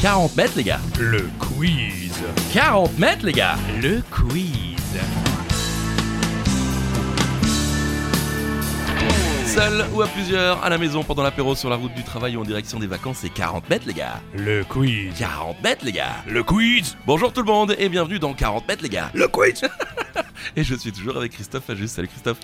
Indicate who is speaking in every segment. Speaker 1: 40 mètres, les gars.
Speaker 2: Le quiz.
Speaker 1: 40 mètres, les gars.
Speaker 2: Le quiz.
Speaker 1: Seul ou à plusieurs, à la maison, pendant l'apéro, sur la route du travail ou en direction des vacances, c'est 40 mètres, les gars.
Speaker 2: Le quiz.
Speaker 1: 40 mètres, les gars.
Speaker 2: Le quiz.
Speaker 1: Bonjour tout le monde et bienvenue dans 40 mètres, les gars.
Speaker 2: Le quiz.
Speaker 1: Et je suis toujours avec Christophe Fagius. Salut Christophe.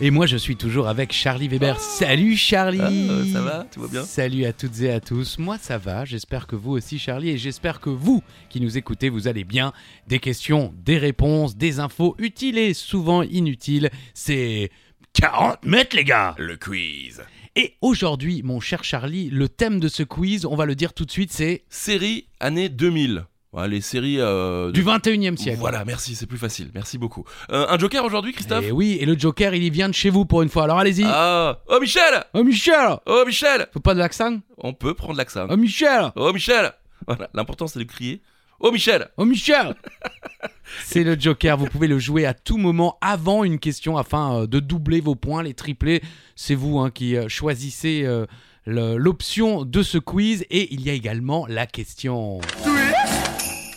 Speaker 3: Et moi, je suis toujours avec Charlie Weber. Salut Charlie
Speaker 1: Ah, euh, ça va Tout va bien
Speaker 3: Salut à toutes et à tous. Moi, ça va. J'espère que vous aussi, Charlie, et j'espère que vous qui nous écoutez, vous allez bien. Des questions, des réponses, des infos utiles et souvent inutiles. C'est 40 mètres, les gars
Speaker 1: Le quiz.
Speaker 3: Et aujourd'hui, mon cher Charlie, le thème de ce quiz, on va le dire tout de suite, c'est
Speaker 1: Série année 2000. Ouais, les séries. euh,
Speaker 3: du 21e siècle.
Speaker 1: Voilà, merci, c'est plus facile. Merci beaucoup. Euh, un joker aujourd'hui, Christophe
Speaker 3: Et Eh oui, et le Joker, il y vient de chez vous pour une fois. Alors allez-y
Speaker 1: Ah Oh Michel
Speaker 3: Oh Michel
Speaker 1: Oh Michel
Speaker 3: Faut pas de l'accent
Speaker 1: On peut prendre l'accent.
Speaker 3: Oh Michel
Speaker 1: Oh Michel Voilà, l'important c'est de crier. Oh Michel
Speaker 3: Oh Michel C'est le Joker, vous pouvez le jouer à tout moment avant une question afin euh, de doubler vos points, les tripler. C'est vous hein, qui euh, choisissez euh, le- l'option de ce quiz et il y a également la question.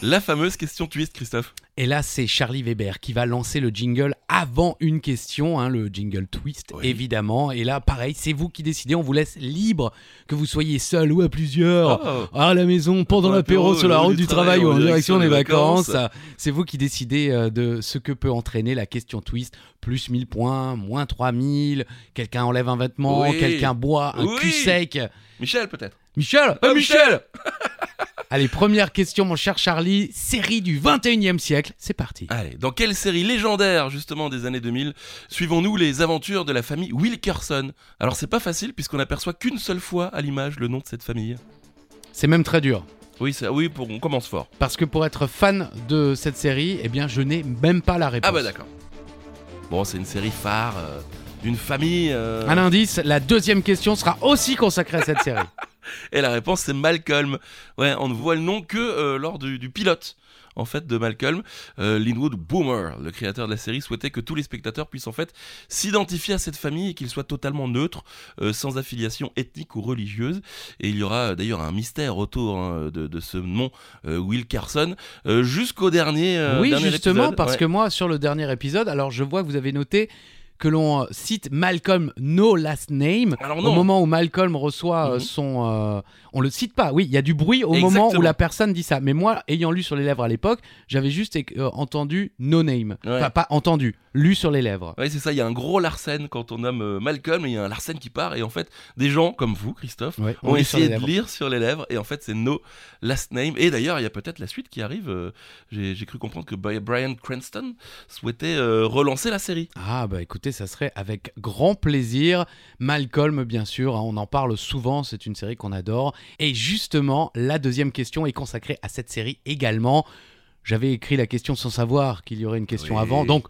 Speaker 1: La fameuse question twist, Christophe.
Speaker 3: Et là, c'est Charlie Weber qui va lancer le jingle avant une question, hein, le jingle twist,
Speaker 1: Oui.
Speaker 3: évidemment. Et là, pareil, c'est vous qui décidez, on vous laisse libre, que vous soyez seul ou à plusieurs,
Speaker 1: Oh.
Speaker 3: à la maison, pendant
Speaker 1: Pendant
Speaker 3: l'apéro,
Speaker 1: l'apéro,
Speaker 3: sur la
Speaker 1: le
Speaker 3: route du travail ou en direction des vacances.
Speaker 1: vacances.
Speaker 3: C'est vous qui décidez euh, de ce que peut entraîner la question twist. Plus 1000 points, moins 3000, quelqu'un enlève un vêtement,
Speaker 1: Oui.
Speaker 3: quelqu'un boit un
Speaker 1: Oui.
Speaker 3: cul sec.
Speaker 1: Michel peut-être
Speaker 3: Michel
Speaker 1: Oh
Speaker 3: euh, Allez, première question, mon cher Charlie. Série du 21e siècle, c'est parti.
Speaker 1: Allez, dans quelle série légendaire justement des années 2000 suivons-nous les aventures de la famille Wilkerson Alors c'est pas facile puisqu'on n'aperçoit qu'une seule fois à l'image le nom de cette famille.
Speaker 3: C'est même très dur.
Speaker 1: Oui, c'est- oui pour, on commence fort.
Speaker 3: Parce que pour être fan de cette série, eh bien, je n'ai même pas la réponse.
Speaker 1: Ah bah d'accord. Bon, c'est une série phare euh, d'une famille. euh,
Speaker 3: Un indice, la deuxième question sera aussi consacrée à cette série.
Speaker 1: Et la réponse c'est Malcolm. Ouais, on ne voit le nom que euh, lors du, du pilote. En fait, de Malcolm, Euh, Linwood Boomer, le créateur de la série, souhaitait que tous les spectateurs puissent en fait s'identifier à cette famille et qu'ils soient totalement neutres, euh, sans affiliation ethnique ou religieuse. Et il y aura euh, d'ailleurs un mystère autour hein, de, de ce nom euh, Wilkerson euh, jusqu'au dernier. euh,
Speaker 3: oui,
Speaker 1: dernier
Speaker 3: justement,
Speaker 1: épisode.
Speaker 3: parce
Speaker 1: Ouais.
Speaker 3: que moi, sur le dernier épisode, alors je vois que vous avez noté que l'on euh, cite Malcolm No Last Name.
Speaker 1: Alors
Speaker 3: Au
Speaker 1: Oh non.
Speaker 3: moment où Malcolm reçoit euh,
Speaker 1: Mhm.
Speaker 3: son... euh, on le cite pas, oui, il y a du bruit au moment où
Speaker 1: Exactement.
Speaker 3: la personne dit ça. Mais moi, ayant lu sur les lèvres à l'époque, j'avais juste euh, entendu No Name.
Speaker 1: Ouais.
Speaker 3: Enfin, pas entendu, lu sur les lèvres.
Speaker 1: Oui, c'est ça, il y a un gros Larsen quand on nomme euh, Malcolm, et il y a un Larsen qui part, et en fait, des gens comme vous, Christophe,
Speaker 3: Ouais,
Speaker 1: ont
Speaker 3: lu sur
Speaker 1: essayé
Speaker 3: les
Speaker 1: de
Speaker 3: lèvres.
Speaker 1: lire sur les lèvres, et en fait, c'est No Last Name. Et d'ailleurs, il y a peut-être la suite qui arrive. euh, J'ai j'ai cru comprendre que Bri- Brian Cranston souhaitait euh, relancer la série.
Speaker 3: Ah bah écoutez, ça serait avec grand plaisir. Malcolm, bien sûr, hein, on en parle souvent, c'est une série qu'on adore. Et justement, la deuxième question est consacrée à cette série également. J'avais écrit la question sans savoir qu'il y aurait une question
Speaker 1: Oui.
Speaker 3: avant, donc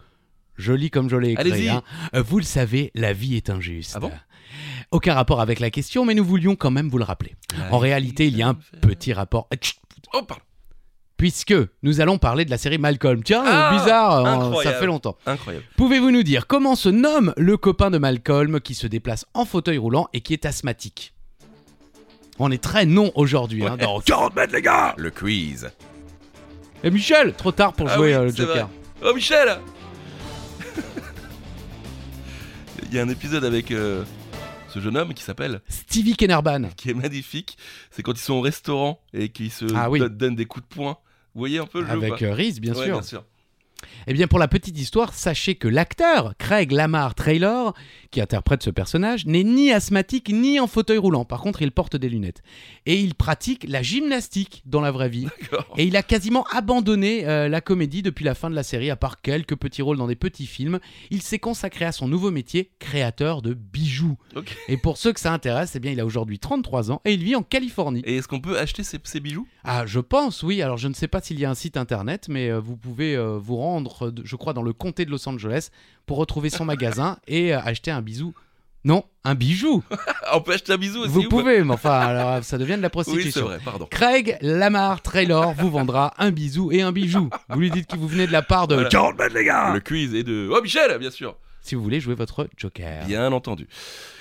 Speaker 3: je lis comme je l'ai écrit.
Speaker 1: Allez-y.
Speaker 3: hein. Euh, Vous le savez, la vie est injuste.
Speaker 1: Ah bon
Speaker 3: Aucun rapport avec la question, mais nous voulions quand même vous le rappeler. En réalité, il y a un petit rapport.
Speaker 1: Oh, pardon
Speaker 3: Puisque nous allons parler de la série Malcolm. Tiens,
Speaker 1: Ah,
Speaker 3: bizarre, hein, ça
Speaker 1: incroyable.
Speaker 3: fait longtemps.
Speaker 1: Incroyable.
Speaker 3: Pouvez-vous nous dire comment se nomme le copain de Malcolm qui se déplace en fauteuil roulant et qui est asthmatique On est très non aujourd'hui. Hein,
Speaker 1: Ouais.
Speaker 3: dans-
Speaker 2: 40 mètres, les gars.
Speaker 1: Le quiz.
Speaker 3: Eh, Michel, trop tard pour
Speaker 1: Ah
Speaker 3: jouer
Speaker 1: oui,
Speaker 3: euh, le
Speaker 1: c'est
Speaker 3: Joker.
Speaker 1: vrai. Oh, Michel Il y a un épisode avec euh, ce jeune homme qui s'appelle
Speaker 3: Stevie Kennerban.
Speaker 1: qui est magnifique, c'est quand ils sont au restaurant et qu'ils se
Speaker 3: Ah oui.
Speaker 1: don- donnent des coups de poing. Vous voyez un peu le jeu ou
Speaker 3: Avec
Speaker 1: pas
Speaker 3: euh, Reese, bien
Speaker 1: Ouais,
Speaker 3: sûr. Eh bien, pour la petite histoire, sachez que l'acteur Craig Lamar Traylor, qui interprète ce personnage, n'est ni asthmatique ni en fauteuil roulant. Par contre, il porte des lunettes. Et il pratique la gymnastique dans la vraie vie.
Speaker 1: D'accord.
Speaker 3: Et il a quasiment abandonné euh, la comédie depuis la fin de la série, à part quelques petits rôles dans des petits films. Il s'est consacré à son nouveau métier, créateur de bijoux.
Speaker 1: Ok.
Speaker 3: Et pour ceux que ça intéresse, eh bien, il a aujourd'hui 33 ans et il vit en Californie.
Speaker 1: Et est-ce qu'on peut acheter ces, ces bijoux
Speaker 3: Ah, je pense, oui. Alors, je ne sais pas s'il y a un site internet, mais euh, vous pouvez euh, vous rendre, euh, je crois, dans le comté de Los Angeles pour retrouver son magasin et euh, acheter un bijou. Non, un bijou.
Speaker 1: Ah, On peut acheter un bisou aussi
Speaker 3: Vous
Speaker 1: ou pas
Speaker 3: pouvez, mais enfin, alors, ça devient de la prostitution.
Speaker 1: Oui, c'est vrai, pardon.
Speaker 3: Craig Lamar Traylor vous vendra un bisou et un bijou. Vous lui dites que vous venez de la part de.
Speaker 1: Voilà.
Speaker 2: 40 mètres, les gars.
Speaker 1: Le quiz est de. Oh, Michel, bien sûr
Speaker 3: si vous voulez jouer votre Joker.
Speaker 1: Bien entendu.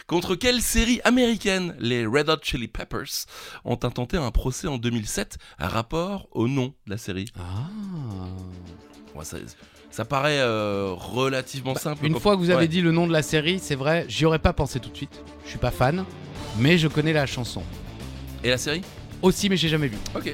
Speaker 1: Contre quelle série américaine les Red Hot Chili Peppers ont intenté un procès en 2007 à rapport au nom de la série
Speaker 3: Ah.
Speaker 1: Bon, ça, ça paraît euh, relativement simple.
Speaker 3: Bah, Une
Speaker 1: comme-
Speaker 3: fois que vous avez
Speaker 1: Ouais.
Speaker 3: dit le nom de la série, c'est vrai, j'y aurais pas pensé tout de suite. Je suis pas fan, mais je connais la chanson.
Speaker 1: Et la série
Speaker 3: Aussi, mais j'ai jamais vu.
Speaker 1: Ok.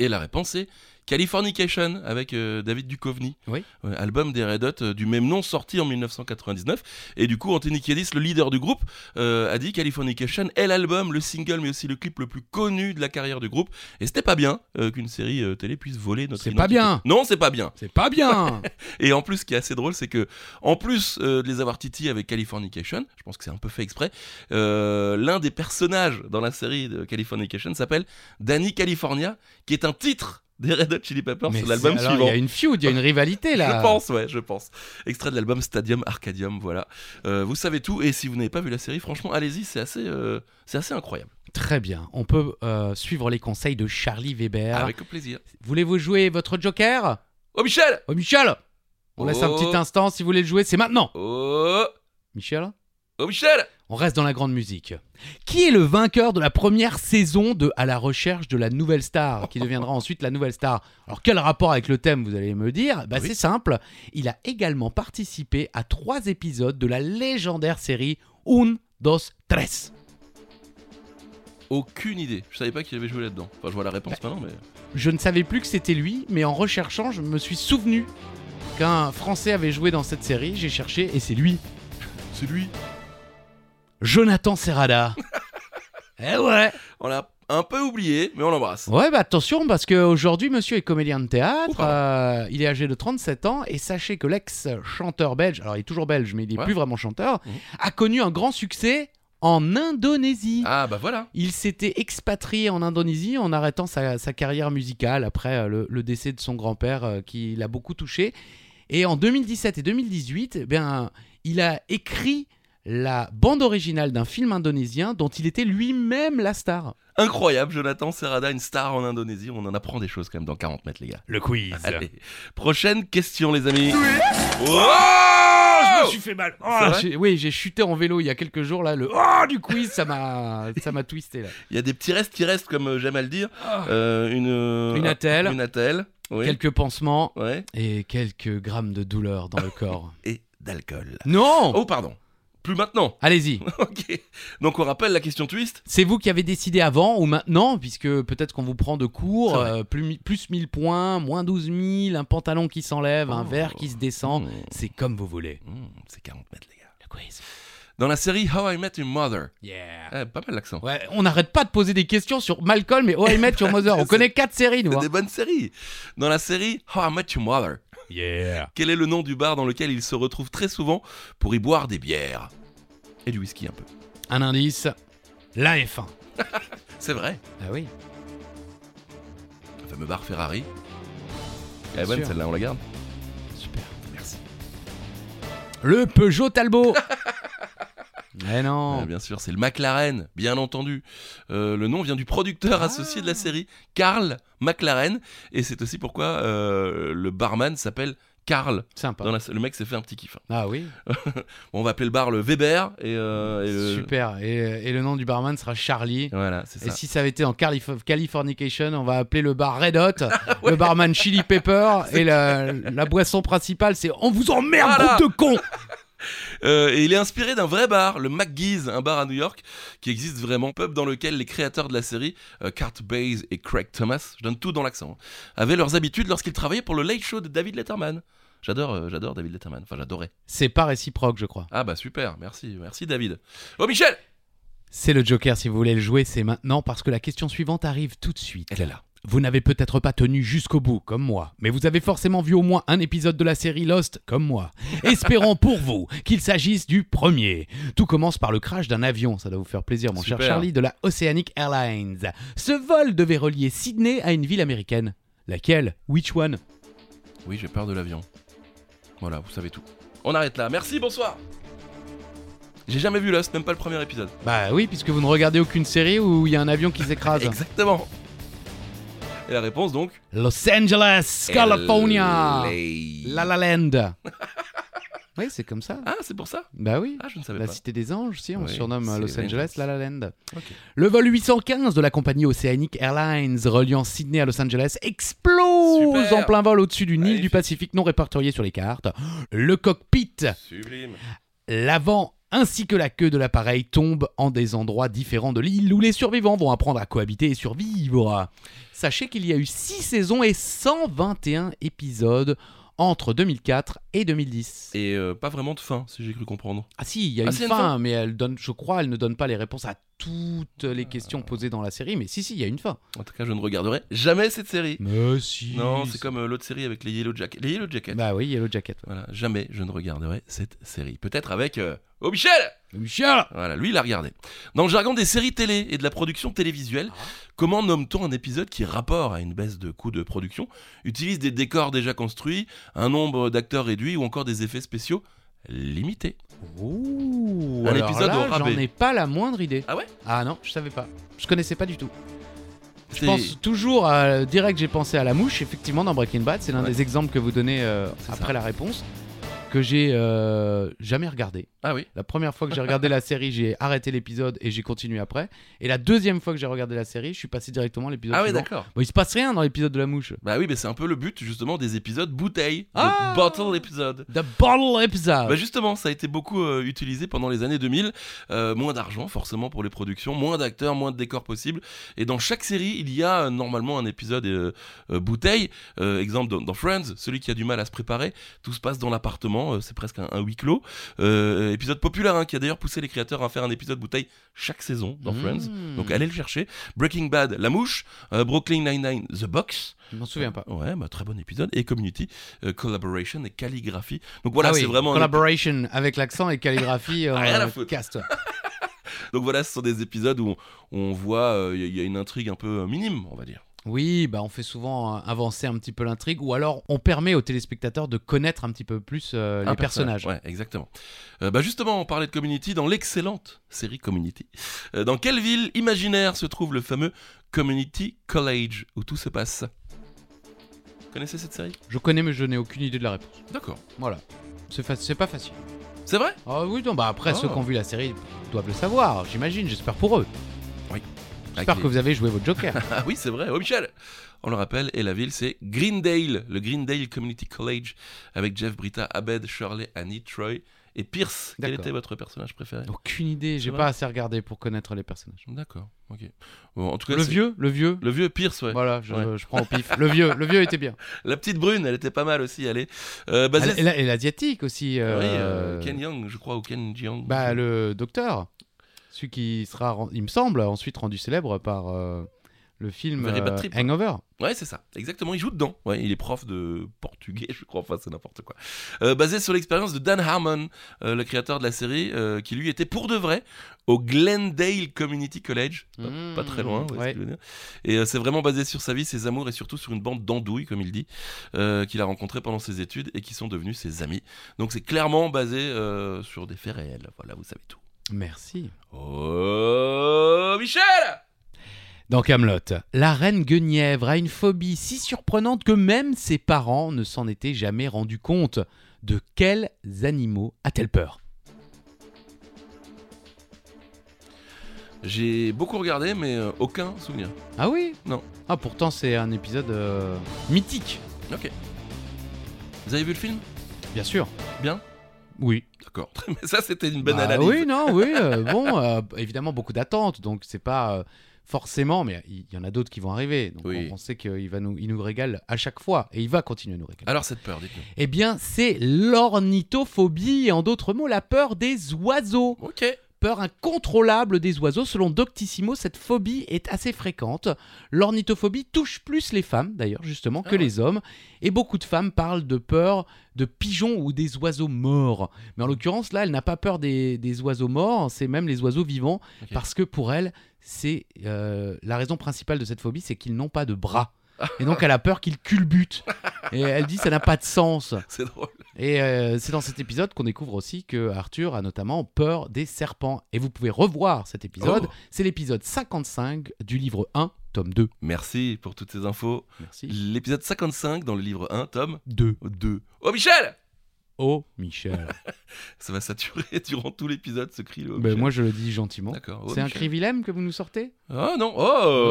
Speaker 1: Et la réponse est Californication avec euh, David Duchovny.
Speaker 3: Oui.
Speaker 1: Ouais, album des Red Hot euh, du même nom sorti en 1999. Et du coup, Anthony Kiedis, le leader du groupe, euh, a dit Californication est l'album, le single, mais aussi le clip le plus connu de la carrière du groupe. Et c'était pas bien euh, qu'une série euh, télé puisse voler notre
Speaker 3: C'est
Speaker 1: identité.
Speaker 3: pas bien.
Speaker 1: Non, c'est pas bien.
Speaker 3: C'est pas bien.
Speaker 1: Et en plus, ce qui est assez drôle, c'est que, en plus euh, de les avoir titillés avec Californication, je pense que c'est un peu fait exprès, euh, l'un des personnages dans la série de Californication s'appelle Danny California, qui est un titre des Red Hot Chili Peppers
Speaker 3: Mais
Speaker 1: sur l'album
Speaker 3: c'est- alors,
Speaker 1: suivant.
Speaker 3: Il y a une feud, il y a une rivalité là.
Speaker 1: Je pense, ouais, je pense. Extrait de l'album Stadium Arcadium, voilà. Euh, vous savez tout, et si vous n'avez pas vu la série, franchement, allez-y, c'est assez, euh, c'est assez incroyable.
Speaker 3: Très bien. On peut euh, suivre les conseils de Charlie Weber.
Speaker 1: Avec plaisir.
Speaker 3: Voulez-vous jouer votre Joker
Speaker 1: Oh, Michel
Speaker 3: Oh Michel On laisse un
Speaker 1: Oh.
Speaker 3: petit instant si vous voulez le jouer, c'est maintenant.
Speaker 1: Oh,
Speaker 3: Michel
Speaker 1: oh Michel
Speaker 3: On reste dans la grande musique. Qui est le vainqueur de la première saison de À la recherche de la nouvelle star, qui deviendra ensuite la nouvelle star Alors quel rapport avec le thème, vous allez me dire bah,
Speaker 1: Oui.
Speaker 3: C'est simple, il a également participé à trois épisodes de la légendaire série Un, dos, tres.
Speaker 1: Aucune idée. Je savais pas qu'il avait joué là-dedans. Enfin, je vois la réponse maintenant, mais.
Speaker 3: Je ne savais plus que c'était lui, mais en recherchant, je me suis souvenu qu'un Français avait joué dans cette série, j'ai cherché et c'est lui,
Speaker 1: C'est lui
Speaker 3: Jonathan Serrada. eh ouais
Speaker 1: On l'a un peu oublié, mais on l'embrasse.
Speaker 3: Ouais, bah attention, parce qu'aujourd'hui, monsieur est comédien de
Speaker 1: Oh,
Speaker 3: théâtre.
Speaker 1: pardon.
Speaker 3: euh, il est âgé de 37 ans. Et sachez que l'ex-chanteur belge, alors il est toujours belge, mais il n'est
Speaker 1: Ouais.
Speaker 3: plus vraiment chanteur,
Speaker 1: Mhm.
Speaker 3: a connu un grand succès en Indonésie.
Speaker 1: Ah bah voilà.
Speaker 3: Il s'était expatrié en Indonésie en arrêtant sa, sa carrière musicale après euh, le, le décès de son grand-père euh, qui l'a beaucoup touché. Et en 2017 et 2018, eh bien, il a écrit la bande originale d'un film indonésien dont il était lui-même la star.
Speaker 1: Incroyable, Jonathan Serrada, une star en Indonésie. On en apprend des choses quand même dans 40 mètres, les gars.
Speaker 2: Le quiz.
Speaker 1: Allez, prochaine question, les amis.
Speaker 2: Oh, je me
Speaker 1: Wow
Speaker 2: suis fait mal. Oh,
Speaker 1: C'est vrai
Speaker 3: Ah, J'ai- oui, j'ai chuté en vélo il y a quelques jours là. Le oh du quiz, ça m'a, ça m'a twisté là.
Speaker 1: Il y a des petits restes qui restent, comme euh, j'aime à le dire. Euh, une, euh,
Speaker 3: Une attelle.
Speaker 1: Une attelle. Oui.
Speaker 3: Quelques pansements
Speaker 1: Ouais.
Speaker 3: et quelques grammes de douleur dans le corps.
Speaker 1: Et d'alcool.
Speaker 3: non.
Speaker 1: Oh, pardon. Plus maintenant.
Speaker 3: Allez-y.
Speaker 1: ok. Donc on rappelle la question twist.
Speaker 3: C'est vous qui avez décidé avant ou maintenant, puisque peut-être qu'on vous prend de court,
Speaker 1: C'est vrai.
Speaker 3: euh, plus, mi- plus 1000 points, moins 12 000, un pantalon qui s'enlève, un
Speaker 1: Oh.
Speaker 3: verre qui se descend,
Speaker 1: Mmh,
Speaker 3: c'est comme vous voulez.
Speaker 1: mmh, C'est 40 mètres, les gars.
Speaker 3: Le quiz.
Speaker 1: Dans la série How I Met Your Mother.
Speaker 3: Yeah.
Speaker 1: Ah, pas mal l'accent.
Speaker 3: Ouais, Euh, on n'arrête pas de poser des questions sur Malcolm et Oh I Met Your Mother. On
Speaker 1: C'est-
Speaker 3: connaît quatre séries, nous.
Speaker 1: C'est
Speaker 3: hein.
Speaker 1: des bonnes séries. Dans la série How I Met Your Mother.
Speaker 2: Yeah.
Speaker 1: Quel est le nom du bar dans lequel il se retrouve très souvent pour y boire des bières Et du whisky un peu.
Speaker 3: hein. Un indice, la F1.
Speaker 1: C'est vrai.
Speaker 3: Ah oui.
Speaker 1: Le fameux bar Ferrari. Elle
Speaker 3: Bien
Speaker 1: est bonne
Speaker 3: sûr.
Speaker 1: celle-là, on la garde
Speaker 3: Super.
Speaker 1: Merci.
Speaker 3: Le Peugeot Talbot. Mais non.
Speaker 1: Ouais, Eh bien sûr, c'est le McLaren, bien entendu. Euh, le nom vient du producteur
Speaker 3: Ah.
Speaker 1: associé de la série, Karl McLaren. Et c'est aussi pourquoi euh, le barman s'appelle Karl.
Speaker 3: Sympa.
Speaker 1: Dans la- le mec s'est fait un petit kiff. hein.
Speaker 3: Ah oui.
Speaker 1: Bon, on va appeler le bar le Weber. Et, euh, et le-
Speaker 3: Super. Et, euh, et le nom du barman sera Charlie.
Speaker 1: Voilà, c'est
Speaker 3: Et
Speaker 1: ça.
Speaker 3: si ça avait été en Calif- Californication, on va appeler le bar Red Hot, le barman Chili Pepper, et la, la boisson principale, c'est On vous emmerde,
Speaker 1: Voilà.
Speaker 3: groupe de cons
Speaker 1: Euh, et il est inspiré d'un vrai bar, le McGee's, un bar à New York qui existe vraiment, pub dans lequel les créateurs de la série, euh, Cart Bays et Craig Thomas, je donne tout dans l'accent, hein, avaient leurs habitudes lorsqu'ils travaillaient pour le Late Show de David Letterman. J'adore, euh, j'adore David Letterman. Enfin, j'adorais.
Speaker 3: C'est pas réciproque, je crois.
Speaker 1: Ah bah super, merci, merci David. Oh Michel,
Speaker 3: C'est le Joker, si vous voulez le jouer, c'est maintenant, parce que la question suivante arrive tout de suite.
Speaker 1: elle est là.
Speaker 3: Vous n'avez peut-être pas tenu jusqu'au bout, comme moi, mais vous avez forcément vu au moins un épisode de la série Lost, comme moi. Espérons pour vous qu'il s'agisse du premier. Tout commence par le crash d'un avion, ça doit vous faire plaisir, mon cher
Speaker 1: Super.
Speaker 3: Charlie, de la Oceanic Airlines. Ce vol devait relier Sydney à une ville américaine. Laquelle Which one
Speaker 1: Oui, j'ai peur de l'avion. Voilà, vous savez tout. On arrête là. Merci, bonsoir. J'ai jamais vu Lost, même pas le premier épisode.
Speaker 3: Bah oui, puisque vous ne regardez aucune série où il y a un avion qui s'écrase.
Speaker 1: Exactement. Et la réponse donc
Speaker 3: Los Angeles, California,
Speaker 1: LA.
Speaker 3: La La Land. Oui, c'est comme ça.
Speaker 1: Ah, c'est pour ça
Speaker 3: Bah oui.
Speaker 1: Ah, je ne savais
Speaker 3: La
Speaker 1: pas.
Speaker 3: Cité des Anges, si, on
Speaker 1: Oui,
Speaker 3: surnomme euh,
Speaker 1: c'est
Speaker 3: Los
Speaker 1: Los
Speaker 3: Angeles La La Land.
Speaker 1: Ok.
Speaker 3: Le vol 815 de la compagnie Oceanic Airlines reliant Sydney à Los Angeles explose
Speaker 1: Super.
Speaker 3: en plein vol au-dessus d'une île du
Speaker 1: Magnifique.
Speaker 3: Pacifique non répertoriée sur les cartes. Le cockpit,
Speaker 1: Sublime.
Speaker 3: l'avant ainsi que la queue de l'appareil tombent en des endroits différents de l'île où les survivants vont apprendre à cohabiter et survivre. Sachez qu'il y a eu 6 saisons et 121 épisodes entre 2004 et 2010.
Speaker 1: Et euh, pas vraiment de fin, si j'ai cru comprendre.
Speaker 3: Ah si, il y a
Speaker 1: Ah,
Speaker 3: une,
Speaker 1: c'est
Speaker 3: fin,
Speaker 1: une fin.
Speaker 3: mais elle donne, je crois, elle ne donne pas les réponses à toutes les questions posées dans la série. Mais si, si, il y a une fin.
Speaker 1: En tout cas, je ne regarderai jamais cette série.
Speaker 3: Mais si.
Speaker 1: Non, c'est comme euh, l'autre série avec les Yellow Jackets. Les Yellow Jackets.
Speaker 3: Bah oui, Yellow Jacket.
Speaker 1: Voilà, jamais je ne regarderai cette série. Peut-être avec euh, Oh Michel
Speaker 3: Michel
Speaker 1: Voilà, lui, il a regardé. Dans le jargon des séries télé et de la production
Speaker 3: Ah.
Speaker 1: télévisuelle, comment nomme-t-on un épisode qui rapport à une baisse de coût de production, utilise des décors déjà construits, un nombre d'acteurs réduit ou encore des effets spéciaux limités
Speaker 3: Ouh,
Speaker 1: Un
Speaker 3: alors
Speaker 1: épisode
Speaker 3: là,
Speaker 1: au rabais.
Speaker 3: J'en ai pas la moindre idée.
Speaker 1: Ah ouais
Speaker 3: Ah non, je savais pas. Je connaissais pas du tout. Je
Speaker 1: C'est-
Speaker 3: pense toujours à direct, j'ai pensé à la mouche. Effectivement, dans Breaking Bad, c'est l'un
Speaker 1: Ouais.
Speaker 3: des exemples que vous donnez euh,
Speaker 1: C'est
Speaker 3: après
Speaker 1: ça.
Speaker 3: la réponse que j'ai euh, jamais regardé.
Speaker 1: Ah oui
Speaker 3: La première fois que j'ai regardé la série, j'ai arrêté l'épisode et j'ai continué après. Et la deuxième fois que j'ai regardé la série, je suis passé directement à l'épisode
Speaker 1: Ah oui,
Speaker 3: suivant.
Speaker 1: d'accord.
Speaker 3: Bon, il se passe rien dans l'épisode de la mouche.
Speaker 1: Bah oui, mais c'est un peu le but justement des épisodes bouteille,
Speaker 3: Ah
Speaker 1: le bottle épisode.
Speaker 3: The Bottle Episode
Speaker 1: Bah justement, ça a été beaucoup euh, utilisé pendant les années 2000. Euh, moins d'argent, forcément, pour les productions, moins d'acteurs, moins de décors possibles. Et dans chaque série, il y a euh, normalement un épisode euh, euh, bouteille. Euh, exemple, dans, dans Friends, celui qui a du mal à se préparer, tout se passe dans l'appartement, euh, c'est presque un, un huis clos. Euh, épisode populaire hein, qui a d'ailleurs poussé les créateurs à faire un épisode bouteille chaque saison dans Friends.
Speaker 3: Mmh.
Speaker 1: Donc allez le chercher. Breaking Bad, La Mouche. euh, Brooklyn Nine-Nine, The Box.
Speaker 3: Je m'en souviens pas.
Speaker 1: Ouais, bah, très bon épisode. Et Community, euh, Collaboration et Calligraphie. Donc voilà,
Speaker 3: Ah oui,
Speaker 1: c'est vraiment un Ah,
Speaker 3: Collaboration avec l'accent et calligraphie. euh,
Speaker 1: Rien à foutre.
Speaker 3: cast.
Speaker 1: Donc voilà, ce sont des épisodes où on, on voit, euh, il y, a- il y a une intrigue un peu euh, minime, on va dire.
Speaker 3: Oui, bah on fait souvent euh, avancer un petit peu l'intrigue ou alors on permet aux téléspectateurs de connaître un petit peu plus euh,
Speaker 1: Un
Speaker 3: les personnages.
Speaker 1: personnage, Ouais, exactement. Euh, bah justement, on parlait de Community dans l'excellente série Community. Euh, dans quelle ville imaginaire se trouve le fameux Community College où tout se passe Vous connaissez cette série
Speaker 3: Je connais mais je n'ai aucune idée de la réponse.
Speaker 1: D'accord.
Speaker 3: Voilà. C'est fa- c'est pas facile.
Speaker 1: C'est vrai
Speaker 3: Ah oui, non, bah après
Speaker 1: Ah.
Speaker 3: ceux qui ont vu la série doivent le savoir, j'imagine, j'espère pour eux. J'espère
Speaker 1: Avec
Speaker 3: que
Speaker 1: les-
Speaker 3: vous avez joué votre Joker.
Speaker 1: Ah oui, c'est vrai. Oh Michel On le rappelle, et la ville, c'est Greendale, le Greendale Community College avec Jeff Britta, Abed, Shirley, Annie, Troy et Pierce. Quel
Speaker 3: D'accord.
Speaker 1: était votre personnage préféré
Speaker 3: Aucune idée, j'ai
Speaker 1: C'est
Speaker 3: pas
Speaker 1: vrai.
Speaker 3: assez regardé pour connaître les personnages.
Speaker 1: D'accord, ok. Bon, en tout cas,
Speaker 3: Le
Speaker 1: Bah, c'est-
Speaker 3: vieux, le vieux.
Speaker 1: Le vieux Pierce, ouais.
Speaker 3: Voilà, je,
Speaker 1: Ouais.
Speaker 3: je prends au pif. Le vieux, le vieux était bien.
Speaker 1: La petite brune, elle était pas mal aussi, elle est. Euh, basée-
Speaker 3: Et la- et l'asiatique aussi.
Speaker 1: Oui,
Speaker 3: euh,
Speaker 1: euh, Ken Young, je crois, ou Ken Jeong.
Speaker 3: Bah le docteur, celui qui sera, ren- il me semble, ensuite rendu célèbre par euh, le film
Speaker 1: Very Bad
Speaker 3: euh,
Speaker 1: Trip.
Speaker 3: Hangover.
Speaker 1: Ouais, c'est ça, exactement. Il joue dedans. Ouais, il est prof de portugais, je crois. Enfin, c'est n'importe quoi. Euh, basé sur l'expérience de Dan Harmon, euh, le créateur de la série, euh, qui lui était pour de vrai au Glendale Community College, pas,
Speaker 3: Mmh,
Speaker 1: pas très loin. ouais,
Speaker 3: ouais.
Speaker 1: ce que je veux dire. Et euh, c'est vraiment basé sur sa vie, ses amours et surtout sur une bande d'andouilles, comme il dit, euh, qu'il a rencontré pendant ses études et qui sont devenus ses amis. Donc c'est clairement basé euh, sur des faits réels. Voilà, vous savez tout.
Speaker 3: Merci.
Speaker 1: Oh, Michel
Speaker 3: Dans Camelot, la reine Guenièvre a une phobie si surprenante que même ses parents ne s'en étaient jamais rendus compte. De quels animaux a-t-elle peur
Speaker 1: J'ai beaucoup regardé, mais euh, aucun souvenir.
Speaker 3: Ah oui
Speaker 1: Non.
Speaker 3: Ah pourtant c'est un épisode euh, mythique,
Speaker 1: Vous avez vu le film
Speaker 3: bien sûr.
Speaker 1: Bien
Speaker 3: Oui.
Speaker 1: D'accord. Mais ça, c'était une bonne
Speaker 3: Bah
Speaker 1: analyse.
Speaker 3: Oui, non, oui. euh, bon, euh, évidemment, beaucoup d'attentes, donc c'est pas euh, forcément, mais il y en a d'autres qui vont arriver. Donc
Speaker 1: Oui.
Speaker 3: on, on sait qu'il va nous, il nous régale à chaque fois et il va continuer à nous régaler.
Speaker 1: Alors, cette peur, dites-nous.
Speaker 3: Eh bien, c'est l'ornithophobie, et en d'autres mots, la peur des oiseaux.
Speaker 1: Ok.
Speaker 3: Peur incontrôlable des oiseaux. Selon Doctissimo, cette phobie est assez fréquente. L'ornithophobie touche plus les femmes, d'ailleurs, justement, que
Speaker 1: Ah ouais.
Speaker 3: les hommes. Et beaucoup de femmes parlent de peur de pigeons ou des oiseaux morts. Mais en l'occurrence, là, elle n'a pas peur des, des oiseaux morts, c'est même les oiseaux vivants.
Speaker 1: Ok.
Speaker 3: Parce que pour elle, c'est euh, la raison principale de cette phobie, c'est qu'ils n'ont pas de bras. Et donc, elle a peur qu'ils culbutent. Et elle dit, ça n'a pas de sens.
Speaker 1: C'est drôle.
Speaker 3: Et euh, c'est dans cet épisode qu'on découvre aussi que Arthur a notamment peur des serpents. Et vous pouvez revoir cet épisode.
Speaker 1: Oh.
Speaker 3: C'est l'épisode 55 du livre 1, tome 2.
Speaker 1: Merci pour toutes ces infos.
Speaker 3: Merci.
Speaker 1: L'épisode 55 dans le livre 1, tome
Speaker 3: 2.
Speaker 1: 2. Oh, Michel
Speaker 3: Oh, Michel.
Speaker 1: Ça va saturer durant tout l'épisode ce cri. le
Speaker 3: Ben,
Speaker 1: objet.
Speaker 3: moi, je le dis gentiment.
Speaker 1: Oh, D'accord. oh,
Speaker 3: C'est un
Speaker 1: Michel.
Speaker 3: cri Willem que vous nous sortez
Speaker 1: Ah non. Oh,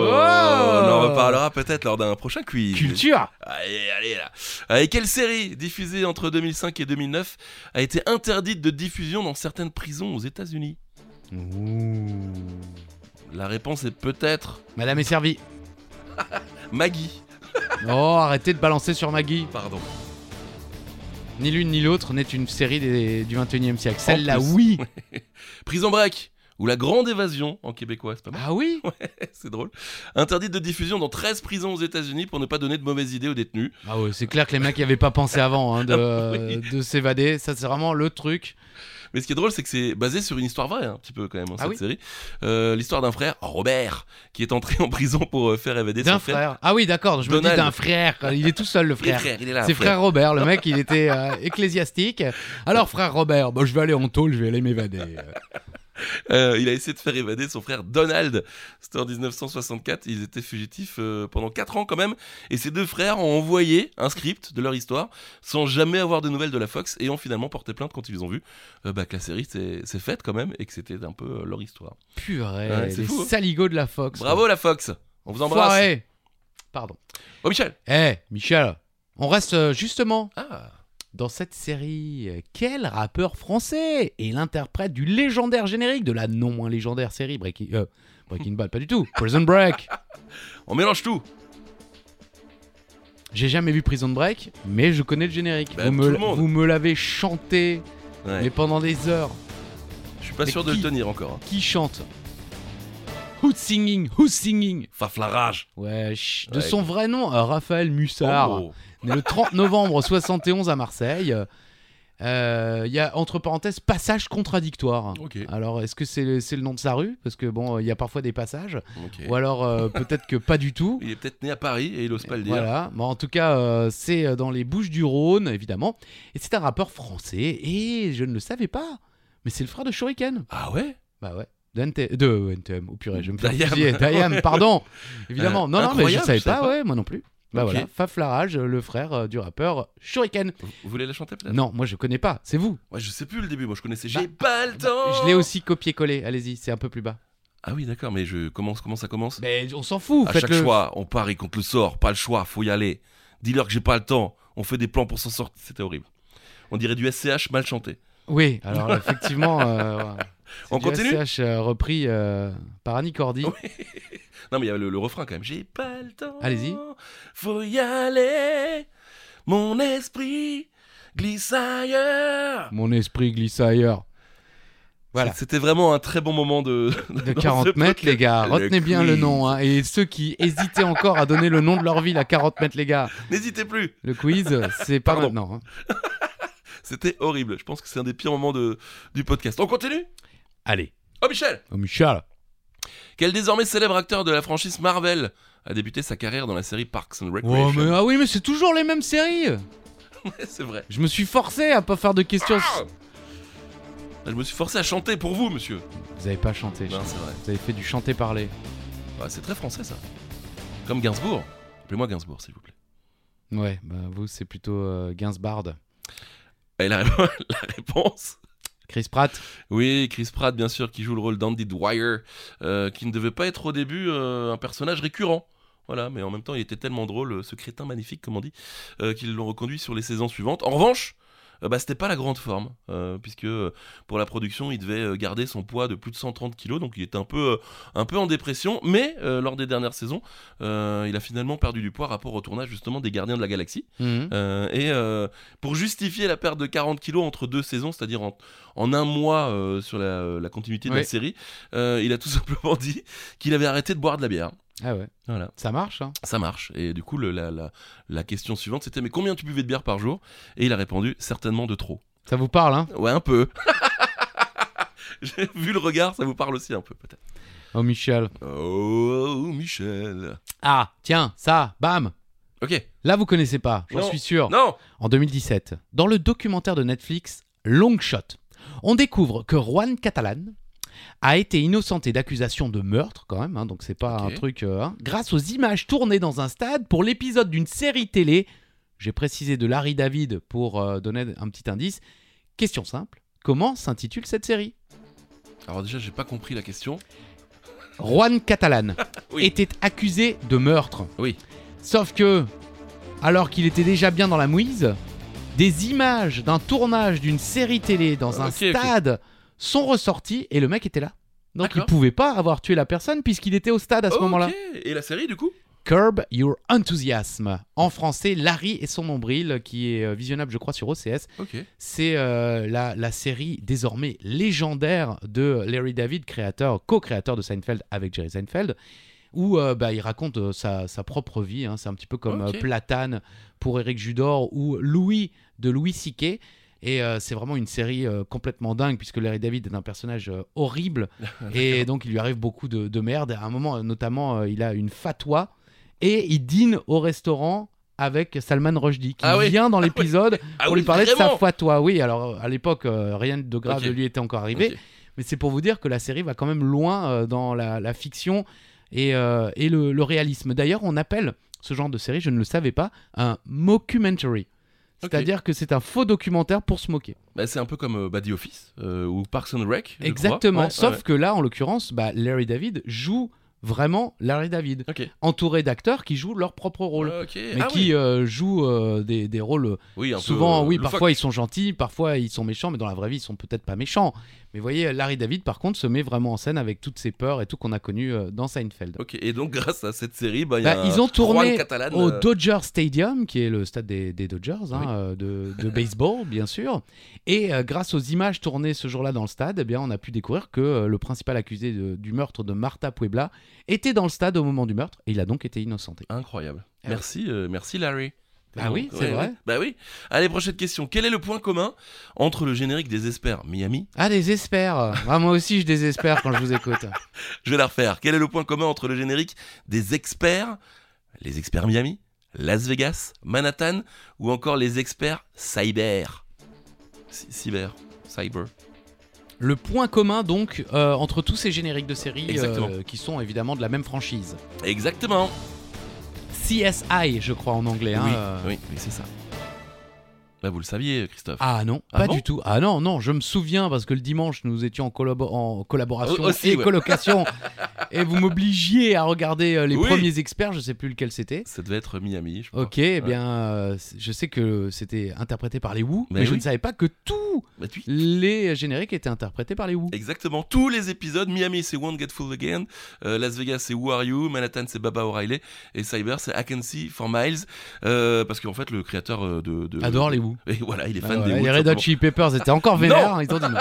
Speaker 3: Oh
Speaker 1: On en reparlera peut-être lors d'un prochain quiz.
Speaker 3: Culture
Speaker 1: Allez, allez là. Euh, Et quelle série diffusée entre 2005 et 2009 a été interdite de diffusion dans certaines prisons aux États-Unis
Speaker 3: Ouh.
Speaker 1: La réponse est peut-être
Speaker 3: Madame est servie.
Speaker 1: Maggie.
Speaker 3: Oh, arrêtez de balancer sur Maggie.
Speaker 1: Pardon.
Speaker 3: Ni l'une ni l'autre n'est une série des- du 21 e siècle. Celle-là,
Speaker 1: plus.
Speaker 3: oui.
Speaker 1: Prison Break ou La Grande Évasion en québécois, c'est pas mal,
Speaker 3: Ah oui
Speaker 1: c'est drôle. Interdite de diffusion dans 13 prisons aux États-Unis pour ne pas donner de mauvaises idées aux détenus.
Speaker 3: Ah ouais, c'est clair que les mecs n'y avaient pas pensé avant hein, de,
Speaker 1: Oui.
Speaker 3: de s'évader. Ça, c'est vraiment le truc.
Speaker 1: Mais ce qui est drôle, c'est que c'est basé sur une histoire vraie, hein, un petit peu quand même, hein,
Speaker 3: Ah
Speaker 1: cette
Speaker 3: oui
Speaker 1: série. Euh, L'histoire d'un frère, Robert, qui est entré en prison pour euh, faire évader
Speaker 3: D'un
Speaker 1: son frère.
Speaker 3: frère. Ah oui, d'accord. Je me
Speaker 1: Donald.
Speaker 3: dis d'un frère. Il est tout seul, le
Speaker 1: Il est
Speaker 3: frère.
Speaker 1: frère, il est là.
Speaker 3: C'est frère Robert, le mec, il était euh, ecclésiastique. Alors, frère Robert, bah, je vais aller en tôle, je vais aller m'évader.
Speaker 1: Euh, il a essayé de faire évader son frère Donald. C'était en 1964. Ils étaient fugitifs euh, pendant 4 ans quand même. Et ces deux frères ont envoyé un script de leur histoire sans jamais avoir de nouvelles de la Fox et ont finalement porté plainte quand ils ont vu euh, bah, que la série s'est s'est faite quand même et que c'était un peu euh, leur histoire.
Speaker 3: Purée,
Speaker 1: Ouais, c'est
Speaker 3: les
Speaker 1: fou, hein.
Speaker 3: saligots de la Fox.
Speaker 1: Bravo la Fox On vous embrasse
Speaker 3: Foiré. Pardon.
Speaker 1: Oh Michel
Speaker 3: Eh, Michel, on reste euh, justement
Speaker 1: Ah
Speaker 3: dans cette série. Quel rappeur français est l'interprète du légendaire générique de la non moins légendaire série Breaking, euh, Breaking Bad Pas du tout. Prison Break.
Speaker 1: On mélange tout
Speaker 3: J'ai jamais vu Prison Break, mais je connais le générique.
Speaker 1: Bah, tout
Speaker 3: vous, me,
Speaker 1: le monde.
Speaker 3: vous me l'avez chanté,
Speaker 1: Ouais,
Speaker 3: mais pendant des heures.
Speaker 1: Je suis pas
Speaker 3: mais
Speaker 1: sûr de
Speaker 3: qui-
Speaker 1: le tenir encore. hein.
Speaker 3: Qui chante Who's singing Who's singing
Speaker 1: Faflarage
Speaker 3: Ouais, chut, de
Speaker 1: Ouais.
Speaker 3: son vrai nom, euh, Raphaël Mussard.
Speaker 1: Oh.
Speaker 3: né le 30 novembre 71 à Marseille. Euh, Il y a entre parenthèses passage contradictoire.
Speaker 1: Ok,
Speaker 3: Alors est-ce que c'est le, c'est le nom de sa rue Parce que bon, il y a parfois des passages.
Speaker 1: oh. ok.
Speaker 3: Ou alors euh, peut-être que pas du tout.
Speaker 1: Il est peut-être né à Paris et il ose pas le dire.
Speaker 3: Voilà, Bon, en tout cas, euh, c'est euh, dans les Bouches du Rhône, évidemment. Et c'est un rappeur français, et je ne le savais pas, mais c'est le frère de Shuriken.
Speaker 1: Ah ouais
Speaker 3: Bah ouais. De, NT de euh, NTM, oh purée, je vais me faire
Speaker 1: Dayam.
Speaker 3: fusiller. Dayam, pardon. Évidemment,
Speaker 1: Euh,
Speaker 3: non, non, mais je
Speaker 1: incroyable,
Speaker 3: savais
Speaker 1: je savais
Speaker 3: pas,
Speaker 1: pas.
Speaker 3: ouais, moi non plus. Bah
Speaker 1: Ok.
Speaker 3: voilà, Faf Larage, le frère euh, du rappeur Shuriken.
Speaker 1: Vous vous voulez la chanter peut-être
Speaker 3: Non, moi je connais pas, c'est vous.
Speaker 1: Ouais, je sais plus le début, moi je connaissais. J'ai pas le temps
Speaker 3: bah, Je l'ai aussi copié-collé, allez-y, c'est un peu plus bas.
Speaker 1: Ah oui, d'accord, mais je commence, comment ça commence
Speaker 3: Mais on s'en fout,
Speaker 1: À chaque
Speaker 3: faites-le.
Speaker 1: fois, on parie contre le sort, pas le choix, faut y aller. Dis-leur que j'ai pas le temps, on fait des plans pour s'en sortir. C'était horrible. On dirait du SCH mal chanté.
Speaker 3: Oui, alors effectivement. euh, ouais. C'est
Speaker 1: On
Speaker 3: du
Speaker 1: continue Ah
Speaker 3: SCH euh, repris euh, par Annie Cordy.
Speaker 1: Non, mais il y avait le, le refrain quand même. J'ai pas le temps.
Speaker 3: Allez-y.
Speaker 1: Faut y aller. Mon esprit glisse ailleurs.
Speaker 3: Mon esprit glisse ailleurs. Voilà.
Speaker 1: C'était vraiment un très bon moment de.
Speaker 3: De
Speaker 1: dans
Speaker 3: 40
Speaker 1: ce
Speaker 3: mètres, les gars.
Speaker 1: Le
Speaker 3: Retenez bien le
Speaker 1: quiz.
Speaker 3: nom. hein. Et ceux qui hésitaient encore à donner le nom de leur ville à 40 mètres, les gars,
Speaker 1: N'hésitez plus.
Speaker 3: le quiz, c'est pas
Speaker 1: Pardon.
Speaker 3: maintenant. hein.
Speaker 1: C'était horrible. Je pense que c'est un des pires moments de, du podcast. On continue
Speaker 3: Allez,
Speaker 1: Oh, Michel
Speaker 3: au Michel.
Speaker 1: Quel désormais célèbre acteur de la franchise Marvel a débuté sa carrière dans la série Parks and
Speaker 3: Oh,
Speaker 1: Recreation
Speaker 3: mais, ah oui, mais c'est toujours les mêmes séries.
Speaker 1: C'est vrai.
Speaker 3: Je me suis forcé à pas faire de questions.
Speaker 1: Ah Je me suis forcé à chanter pour vous, monsieur.
Speaker 3: Vous avez pas chanté. je
Speaker 1: Non,
Speaker 3: sais.
Speaker 1: c'est vrai.
Speaker 3: Vous avez fait du chanter-parler.
Speaker 1: Ah, c'est très français, ça. Comme Gainsbourg. Appelez-moi Gainsbourg, s'il vous plaît.
Speaker 3: Ouais, bah, vous, c'est plutôt euh, Gainsbard.
Speaker 1: Et la, la réponse
Speaker 3: Chris Pratt.
Speaker 1: Oui, Chris Pratt, bien sûr, qui joue le rôle d'Andy Dwyer, euh, qui ne devait pas être au début euh, un personnage récurrent. Voilà, mais en même temps, il était tellement drôle, euh, ce crétin magnifique, comme on dit, euh, qu'ils l'ont reconduit sur les saisons suivantes. En revanche, euh, bah, c'était pas la grande forme, euh, puisque euh, pour la production, il devait euh, garder son poids de plus de 130 kilos, donc il était un peu, euh, un peu en dépression. Mais euh, lors des dernières saisons, euh, il a finalement perdu du poids rapport au tournage justement des Gardiens de la Galaxie.
Speaker 3: Mhm.
Speaker 1: Euh, et euh, pour justifier la perte de 40 kilos entre deux saisons, c'est-à-dire en, en un mois euh, sur la, euh, la continuité de
Speaker 3: Ouais.
Speaker 1: la série, euh, il a tout simplement dit qu'il avait arrêté de boire de la bière.
Speaker 3: Ah ouais,
Speaker 1: Voilà,
Speaker 3: ça marche. Hein.
Speaker 1: ça marche. Et du coup, le- la, la- la question suivante, c'était mais combien tu buvais de bière par jour Et il a répondu certainement de trop.
Speaker 3: Ça vous parle, hein
Speaker 1: Ouais, un peu. J'ai vu le regard, ça vous parle aussi un peu peut-être.
Speaker 3: Oh, Michel.
Speaker 1: Oh, Michel.
Speaker 3: Ah, tiens, ça, bam
Speaker 1: Ok.
Speaker 3: Là, vous connaissez pas, j'en
Speaker 1: Non.
Speaker 3: suis sûr.
Speaker 1: Non.
Speaker 3: En 2017, dans le documentaire de Netflix Long Shot, on découvre que Juan Catalan a été innocenté d'accusations de meurtre, quand même, hein, donc c'est pas
Speaker 1: Ok.
Speaker 3: un truc. euh, hein, grâce aux images tournées dans un stade pour l'épisode d'une série télé J'ai précisé de Larry David pour euh, donner un petit indice. Question simple. Comment s'intitule cette série
Speaker 1: Alors déjà, j'ai pas compris la question.
Speaker 3: Juan Catalan
Speaker 1: Oui.
Speaker 3: était accusé de meurtre.
Speaker 1: Oui.
Speaker 3: Sauf que, alors qu'il était déjà bien dans la mouise, des images d'un tournage d'une série télé dans un
Speaker 1: Ok, ok.
Speaker 3: stade sont ressorties et le mec était là. Donc il
Speaker 1: D'accord.
Speaker 3: pouvait pas avoir tué la personne puisqu'il était au stade à ce
Speaker 1: Ok.
Speaker 3: moment-là.
Speaker 1: Et la série, du coup
Speaker 3: Curb Your Enthusiasm. En français, Larry et son nombril, qui est euh, visionnable, je crois, sur OCS.
Speaker 1: Ok.
Speaker 3: C'est euh, la, la série désormais légendaire de Larry David, créateur, co-créateur de Seinfeld avec Jerry Seinfeld, où euh, bah, il raconte euh, sa, sa propre vie. hein. C'est un petit peu comme
Speaker 1: Ok.
Speaker 3: euh, Platane pour Eric Judor ou Louis de Louis Siquet. Et euh, c'est vraiment une série euh, complètement dingue, puisque Larry David est un personnage euh, horrible. et donc, il lui arrive beaucoup de, de merde. À un moment, euh, notamment, euh, il a une fatwa et il dîne au restaurant avec Salman Rushdie, qui
Speaker 1: Ah oui.
Speaker 3: vient dans l'épisode
Speaker 1: Ah
Speaker 3: pour
Speaker 1: oui,
Speaker 3: lui parler de sa
Speaker 1: vraiment
Speaker 3: fatwa. Oui, alors à l'époque, euh, rien de grave
Speaker 1: Ok.
Speaker 3: de lui était encore arrivé.
Speaker 1: Ok.
Speaker 3: Mais c'est pour vous dire que la série va quand même loin euh, dans la, la fiction et, euh, et le, le réalisme. D'ailleurs, on appelle ce genre de série, je ne le savais pas, un mockumentary.
Speaker 1: Ok.
Speaker 3: C'est-à-dire que c'est un faux documentaire pour se moquer.
Speaker 1: Bah, c'est un peu comme euh, bah, The Office euh, ou Parks and Rec. je crois.
Speaker 3: Exactement.
Speaker 1: Ouais,
Speaker 3: Sauf
Speaker 1: ouais.
Speaker 3: que là, en l'occurrence, bah, Larry David joue vraiment Larry David,
Speaker 1: Ok.
Speaker 3: entouré d'acteurs qui jouent leur propre rôle.
Speaker 1: Ok.
Speaker 3: mais
Speaker 1: Ah
Speaker 3: qui euh, jouent euh, des, des rôles
Speaker 1: oui. Oui, un peu,
Speaker 3: Souvent,
Speaker 1: euh,
Speaker 3: oui,
Speaker 1: le
Speaker 3: parfois
Speaker 1: fuck.
Speaker 3: ils sont gentils, parfois ils sont méchants, mais dans la vraie vie ils sont peut-être pas méchants. Mais vous voyez, Larry David, par contre, se met vraiment en scène avec toutes ses peurs et tout qu'on a connu euh, dans Seinfeld.
Speaker 1: Ok. Et donc, grâce à cette série, bah, il y a
Speaker 3: Bah,
Speaker 1: un
Speaker 3: ils ont tourné
Speaker 1: Juan Catalan,
Speaker 3: Au
Speaker 1: euh,
Speaker 3: Dodger Stadium, qui est le stade des, des Dodgers, hein,
Speaker 1: Oui.
Speaker 3: euh, de, de baseball, bien sûr. Et euh, grâce aux images tournées ce jour-là dans le stade, eh bien, on a pu découvrir que euh, le principal accusé de- du meurtre de Martha Puebla était dans le stade au moment du meurtre et il a donc été innocenté.
Speaker 1: Incroyable.
Speaker 3: Ah
Speaker 1: merci, euh, merci Larry.
Speaker 3: Ah oui, c'est
Speaker 1: Ouais,
Speaker 3: vrai.
Speaker 1: ouais. Bah oui. Allez, prochaine question. Quel est le point commun entre le générique des Espères Miami
Speaker 3: Ah, désespère ah, Moi aussi, je désespère quand je vous écoute.
Speaker 1: Je vais la refaire. Quel est le point commun entre le générique des Experts Les Experts Miami Las Vegas Manhattan Ou encore les Experts Cyber Cy- Cyber Cyber.
Speaker 3: Le point commun donc euh, entre tous ces génériques de séries euh,
Speaker 1: Exactement.
Speaker 3: qui sont évidemment de la même franchise.
Speaker 1: Exactement.
Speaker 3: CSI je crois en anglais. hein,
Speaker 1: oui,
Speaker 3: euh.
Speaker 1: oui, oui, c'est ça. Bah, vous le saviez, Christophe.
Speaker 3: Ah non,
Speaker 1: Ah
Speaker 3: pas
Speaker 1: bon
Speaker 3: du tout. Ah non, non, je me souviens parce que le dimanche nous étions en, collabo- en collaboration
Speaker 1: Au- aussi,
Speaker 3: et
Speaker 1: ouais.
Speaker 3: colocation et vous m'obligiez à regarder euh, les
Speaker 1: Oui.
Speaker 3: premiers experts, je sais plus lequel c'était.
Speaker 1: Ça devait être Miami, je crois.
Speaker 3: Ok, eh bien, euh, c- je sais que c'était interprété par les Who, mais,
Speaker 1: Mais
Speaker 3: je
Speaker 1: Ben oui.
Speaker 3: ne savais pas que tous
Speaker 1: Bah, tu-
Speaker 3: les génériques étaient interprétés par les Who.
Speaker 1: Exactement, tous les épisodes. Miami, c'est Won't Get Full Again. Euh, Las Vegas, c'est Who Are You. Manhattan, c'est Baba O'Reilly. Et Cyber, c'est I Can See for Miles. Euh, parce qu'en fait, le créateur euh, de. de-
Speaker 3: Adore les Who.
Speaker 1: Et voilà, il est
Speaker 3: Ah,
Speaker 1: fan
Speaker 3: voilà,
Speaker 1: des Who,
Speaker 3: les Red Hot
Speaker 1: simplement.
Speaker 3: Chili Peppers étaient encore vénères, hein, ils ont dit non.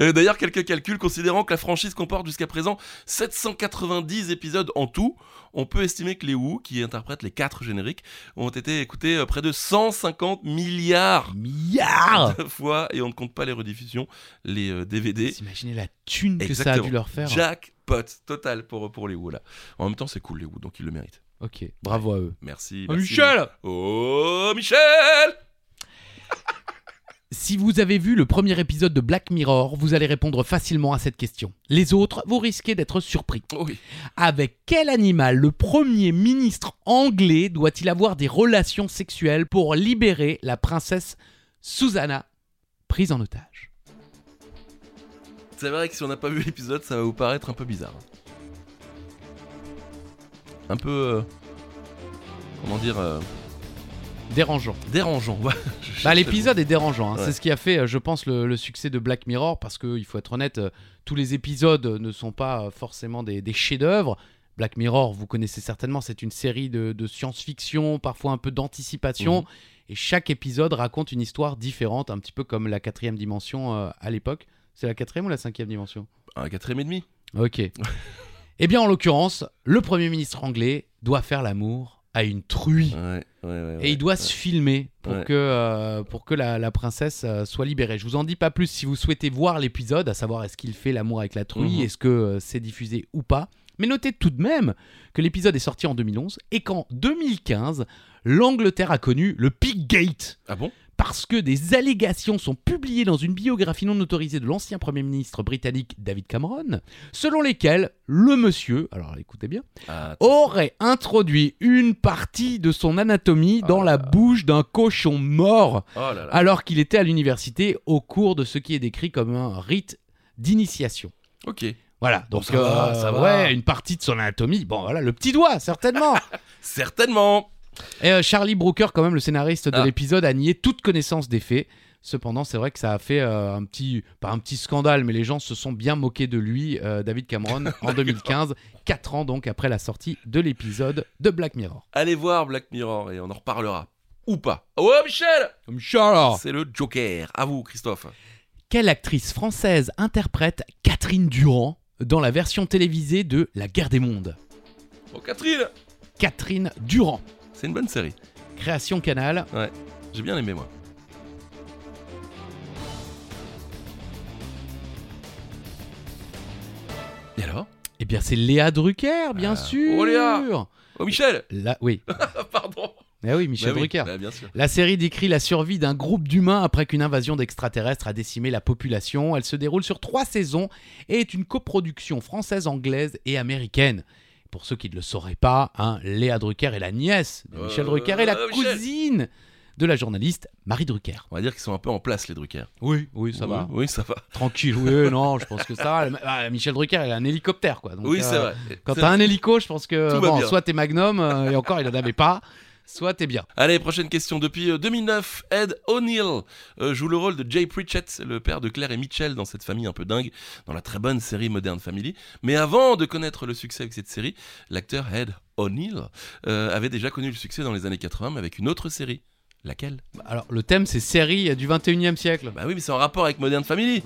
Speaker 1: Euh, D'ailleurs, quelques calculs considérant que la franchise comporte jusqu'à présent 790 épisodes en tout, on peut estimer que les Who, qui interprètent les quatre génériques, ont été écoutés euh, près de 150 milliards
Speaker 3: Milliards
Speaker 1: de fois. Et on ne compte pas les rediffusions, les euh, DVD.
Speaker 3: Imaginez la thune que ça a
Speaker 1: Exactement.
Speaker 3: dû leur faire.
Speaker 1: Jackpot total pour, pour les Who là. En même temps, c'est cool les Who, donc ils le méritent.
Speaker 3: Ok, bravo à eux.
Speaker 1: Merci.
Speaker 3: Oh,
Speaker 1: merci.
Speaker 3: Michel
Speaker 1: Oh Michel
Speaker 3: Si vous avez vu le premier épisode de Black Mirror, vous allez répondre facilement à cette question. Les autres, vous risquez d'être surpris.
Speaker 1: Oh Oui.
Speaker 3: Avec quel animal le premier ministre anglais doit-il avoir des relations sexuelles pour libérer la princesse Susanna, prise en otage
Speaker 1: C'est vrai que si on n'a pas vu l'épisode, ça va vous paraître un peu bizarre. Un peu. euh, comment dire euh,
Speaker 3: Dérangeant.
Speaker 1: Dérangeant. Ouais, je
Speaker 3: Bah,
Speaker 1: cherche
Speaker 3: l'épisode est dérangeant. hein.
Speaker 1: Ouais.
Speaker 3: C'est ce qui a fait, euh, je pense, le, le succès de Black Mirror, parce que il faut être honnête, euh, tous les épisodes euh, ne sont pas euh, forcément des, des chefs-d'œuvre. Black Mirror, vous connaissez certainement, c'est une série de, de science-fiction, parfois un peu d'anticipation.
Speaker 1: Mhm.
Speaker 3: Et chaque épisode raconte une histoire différente, un petit peu comme la quatrième dimension euh, à l'époque. C'est la quatrième ou la cinquième dimension
Speaker 1: le mot. Un quatrième et demi.
Speaker 3: Ok. Eh bien, en l'occurrence, le Premier ministre anglais doit faire l'amour à une truie.
Speaker 1: Ouais, ouais, ouais.
Speaker 3: Et il doit se filmer pour
Speaker 1: Ouais.
Speaker 3: que, euh, pour que la, la princesse euh, soit libérée. Je vous en dis pas plus si vous souhaitez voir l'épisode, à savoir est-ce qu'il fait l'amour avec la truie,
Speaker 1: Mhm.
Speaker 3: est-ce que euh, c'est diffusé ou pas. Mais notez tout de même que l'épisode est sorti en 2011 et qu'en 2015, l'Angleterre a connu le Piggate.
Speaker 1: Ah bon
Speaker 3: parce que des allégations sont publiées dans une biographie non autorisée de l'ancien Premier ministre britannique David Cameron, selon lesquelles le monsieur, alors écoutez bien,
Speaker 1: Ah,
Speaker 3: aurait introduit une partie de son anatomie dans
Speaker 1: Ah.
Speaker 3: la bouche d'un cochon mort
Speaker 1: oh là là.
Speaker 3: alors qu'il était à l'université au cours de ce qui est décrit comme un rite d'initiation.
Speaker 1: Ok.
Speaker 3: Voilà,
Speaker 1: Bon,
Speaker 3: donc
Speaker 1: ça va,
Speaker 3: euh,
Speaker 1: ça va.
Speaker 3: ouais, une partie de son anatomie. Bon, voilà, le petit doigt, certainement.
Speaker 1: Certainement.
Speaker 3: Et euh, Charlie Brooker, quand même, le scénariste de
Speaker 1: Ah.
Speaker 3: l'épisode, a nié toute connaissance des faits. Cependant, c'est vrai que ça a fait euh, un petit, pas un petit scandale, mais les gens se sont bien moqués de lui, euh, David Cameron, en 2015, 4 ans donc après la sortie de l'épisode de Black Mirror.
Speaker 1: Allez voir Black Mirror et on en reparlera. Ou pas. Oh Michel
Speaker 3: Comme Charles
Speaker 1: C'est le Joker. À vous, Christophe.
Speaker 3: Quelle actrice française interprète Catherine Durand dans la version télévisée de La Guerre des Mondes
Speaker 1: Oh Catherine
Speaker 3: Catherine Durand,
Speaker 1: C'est une bonne série.
Speaker 3: création Canal.
Speaker 1: J'ai bien aimé moi. Et alors
Speaker 3: Eh bien, c'est Léa Drucker, bien sûr.
Speaker 1: oh, Léa. Oh Michel
Speaker 3: La- oui.
Speaker 1: Ah, Pardon
Speaker 3: Ah oui, Michel
Speaker 1: Bah oui,
Speaker 3: Drucker.
Speaker 1: bah bien sûr.
Speaker 3: La série décrit la survie d'un groupe d'humains après qu'une invasion d'extraterrestres a décimé la population. Elle se déroule sur trois saisons et est une coproduction française, anglaise et américaine. Pour ceux qui ne le sauraient pas, hein, Léa Drucker est la nièce de Michel
Speaker 1: Euh,
Speaker 3: Drucker et la
Speaker 1: euh, Michel.
Speaker 3: cousine de la journaliste Marie Drucker.
Speaker 1: On va dire qu'ils sont un peu en place les Drucker.
Speaker 3: Oui, oui, ça
Speaker 1: oui,
Speaker 3: va.
Speaker 1: Oui, ça va.
Speaker 3: Tranquille, oui, non, je pense que ça va. Ah, Michel Drucker, il a un hélicoptère, quoi. Donc,
Speaker 1: oui,
Speaker 3: euh,
Speaker 1: c'est vrai.
Speaker 3: Quand
Speaker 1: C'est
Speaker 3: t'as
Speaker 1: vrai.
Speaker 3: un hélico, je pense que
Speaker 1: Tout va
Speaker 3: bon,
Speaker 1: bien.
Speaker 3: soit t'es Magnum, euh, et encore, il en avait pas, soit t'es bien.
Speaker 1: Allez, prochaine question. Depuis euh, 2009, Ed O'Neill euh, joue le rôle de Jay Pritchett, le père de Claire et Mitchell dans cette famille un peu dingue, dans la très bonne série Modern Family. Mais avant de connaître le succès avec cette série, l'acteur Ed O'Neill euh, avait déjà connu le succès dans les années 80 mais avec une autre série. Laquelle
Speaker 3: Alors, le thème, c'est série du 21 e siècle.
Speaker 1: Bah oui, mais c'est en rapport avec Modern Family.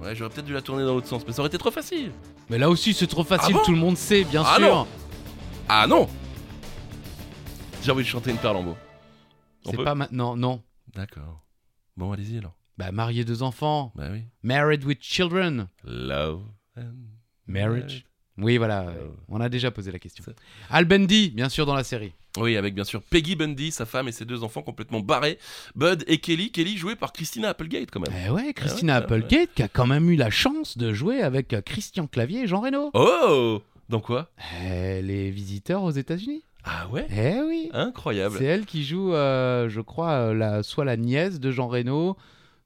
Speaker 3: Ouais.
Speaker 1: Ouais, j'aurais peut-être dû la tourner dans l'autre sens, mais ça aurait été trop facile.
Speaker 3: Mais là aussi, c'est trop facile,
Speaker 1: Ah bon
Speaker 3: tout le monde sait, bien
Speaker 1: Ah
Speaker 3: sûr.
Speaker 1: non. Ah non J'ai envie de chanter une perle en mots. On
Speaker 3: C'est
Speaker 1: peut
Speaker 3: pas maintenant, non.
Speaker 1: D'accord. Bon, allez-y alors.
Speaker 3: Bah, marié deux enfants,
Speaker 1: Bah oui.
Speaker 3: married with children.
Speaker 1: Love and
Speaker 3: Marriage. Oui, voilà,
Speaker 1: Euh.
Speaker 3: on a déjà posé la question.
Speaker 1: C'est-
Speaker 3: Al Bundy, bien sûr, dans la série.
Speaker 1: Oui, avec bien sûr Peggy Bundy, sa femme et ses deux enfants complètement barrés, Bud et Kelly, Kelly jouée par Christina Applegate quand même.
Speaker 3: Eh ouais, Christina
Speaker 1: Euh, ouais, ouais, ouais.
Speaker 3: Applegate qui a quand même eu la chance de jouer avec euh, Christian Clavier et Jean Reno.
Speaker 1: Oh Dans quoi
Speaker 3: Eh, les visiteurs aux États-Unis.
Speaker 1: Ah ouais
Speaker 3: Eh oui.
Speaker 1: Incroyable.
Speaker 3: C'est elle qui joue, euh, je crois, euh, la, soit la nièce de Jean Reno,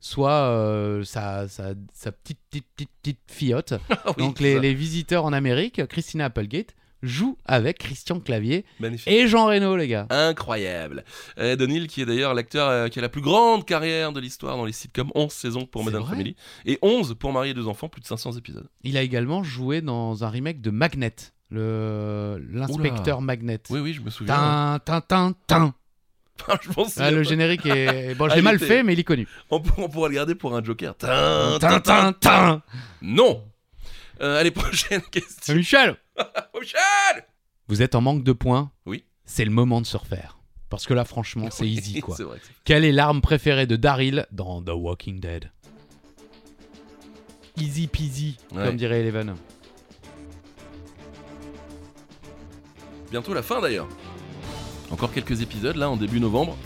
Speaker 3: soit euh, sa, sa- sa petite, petite, petite, petite filleote.
Speaker 1: Ah oui,
Speaker 3: Donc
Speaker 1: c'est
Speaker 3: les,
Speaker 1: ça.
Speaker 3: les visiteurs en Amérique, Christina Applegate joue avec Christian Clavier
Speaker 1: Magnifique.
Speaker 3: et Jean Reno, les gars.
Speaker 1: Incroyable. Euh, Ed O'Neill, qui est d'ailleurs l'acteur euh, qui a la plus grande carrière de l'histoire dans les sitcoms, 11 saisons pour
Speaker 3: C'est
Speaker 1: Modern
Speaker 3: vrai
Speaker 1: Family et 11 pour Marier deux enfants, plus de 500 épisodes.
Speaker 3: Il a également joué dans un remake de Magnet, le l'inspecteur Magnet.
Speaker 1: Oui, oui, je me souviens.
Speaker 3: Tin, tin, tin, tin.
Speaker 1: je pense
Speaker 3: Ah, le générique est. Bon, je l'ai
Speaker 1: Ah,
Speaker 3: mal
Speaker 1: j'étais-
Speaker 3: fait, mais il est connu.
Speaker 1: on, pour- on pourra le garder pour un Joker. Tin, tin,
Speaker 3: Tin, tin, tin.
Speaker 1: Non Euh, Allez, prochaine question.
Speaker 3: Michel,
Speaker 1: Oh, Michel
Speaker 3: Vous êtes en manque de points
Speaker 1: Oui.
Speaker 3: C'est le moment de se refaire. Parce que là, franchement, c'est easy, quoi.
Speaker 1: C'est vrai.
Speaker 3: Quelle est l'arme préférée de Daryl dans The Walking Dead Easy peasy,
Speaker 1: Ouais.
Speaker 3: comme dirait Eleven.
Speaker 1: bientôt la fin d'ailleurs. Encore quelques épisodes là en début novembre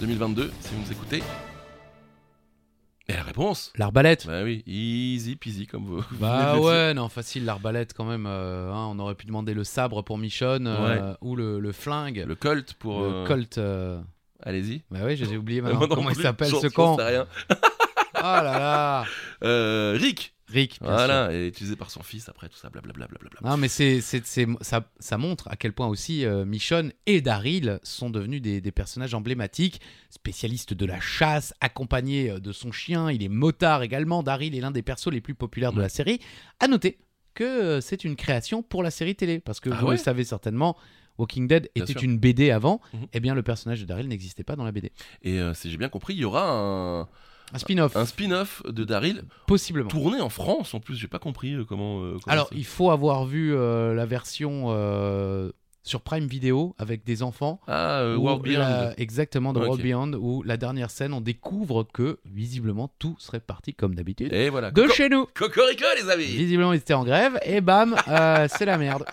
Speaker 1: 2022 si vous nous écoutez. Et la réponse
Speaker 3: L'arbalète
Speaker 1: Bah oui, easy peasy comme vous. vous venez de
Speaker 3: Bah
Speaker 1: le dire.
Speaker 3: ouais, non, facile, l'arbalète quand même. euh, hein, on aurait pu demander le sabre pour Michonne euh, ou le, le flingue,
Speaker 1: Le Colt pour.
Speaker 3: le
Speaker 1: euh,
Speaker 3: Colt. euh,
Speaker 1: Allez-y.
Speaker 3: Bah oui, j'ai j'ai oublié
Speaker 1: Moi
Speaker 3: maintenant
Speaker 1: non
Speaker 3: comment il
Speaker 1: plus,
Speaker 3: s'appelle
Speaker 1: j'en-
Speaker 3: ce
Speaker 1: j'en
Speaker 3: con.
Speaker 1: sais rien.
Speaker 3: Oh là là
Speaker 1: Euh, Rick
Speaker 3: Rick, bien sûr.
Speaker 1: Voilà, et utilisé par son fils après tout ça, blablabla. blablabla.
Speaker 3: Non, mais c'est, c'est, c'est- ça, ça montre à quel point aussi euh, Michonne et Daryl sont devenus des, des personnages emblématiques, spécialistes de la chasse, accompagnés euh, de son chien. Il est motard également. Daryl est l'un des persos les plus populaires de
Speaker 1: Mm.
Speaker 3: la série. À noter que euh, c'est une création pour la série télé, parce que
Speaker 1: Ah
Speaker 3: vous
Speaker 1: ouais
Speaker 3: le savez certainement. Walking Dead
Speaker 1: Bien
Speaker 3: était
Speaker 1: sûr.
Speaker 3: une BD avant,
Speaker 1: Mhm.
Speaker 3: eh bien le personnage de Daryl n'existait pas dans la BD.
Speaker 1: Et euh, si j'ai bien compris, il y aura un,
Speaker 3: Un spin-off,
Speaker 1: Ah, un spin-off de Daryl
Speaker 3: possiblement.
Speaker 1: tourné en France en plus. J'ai pas compris euh, comment. euh, comment
Speaker 3: Alors,
Speaker 1: ça-
Speaker 3: il faut avoir vu euh, la version euh, sur Prime Video avec des enfants.
Speaker 1: Ah, euh,
Speaker 3: Où
Speaker 1: World Beyond.
Speaker 3: la- exactement, de
Speaker 1: Ok.
Speaker 3: World Beyond, où la dernière scène, on découvre que, visiblement, tout serait parti comme d'habitude.
Speaker 1: Et voilà.
Speaker 3: De
Speaker 1: Coco-
Speaker 3: chez nous
Speaker 1: Cocorico, les amis
Speaker 3: Visiblement, ils étaient en grève, et bam, euh, c'est la merde.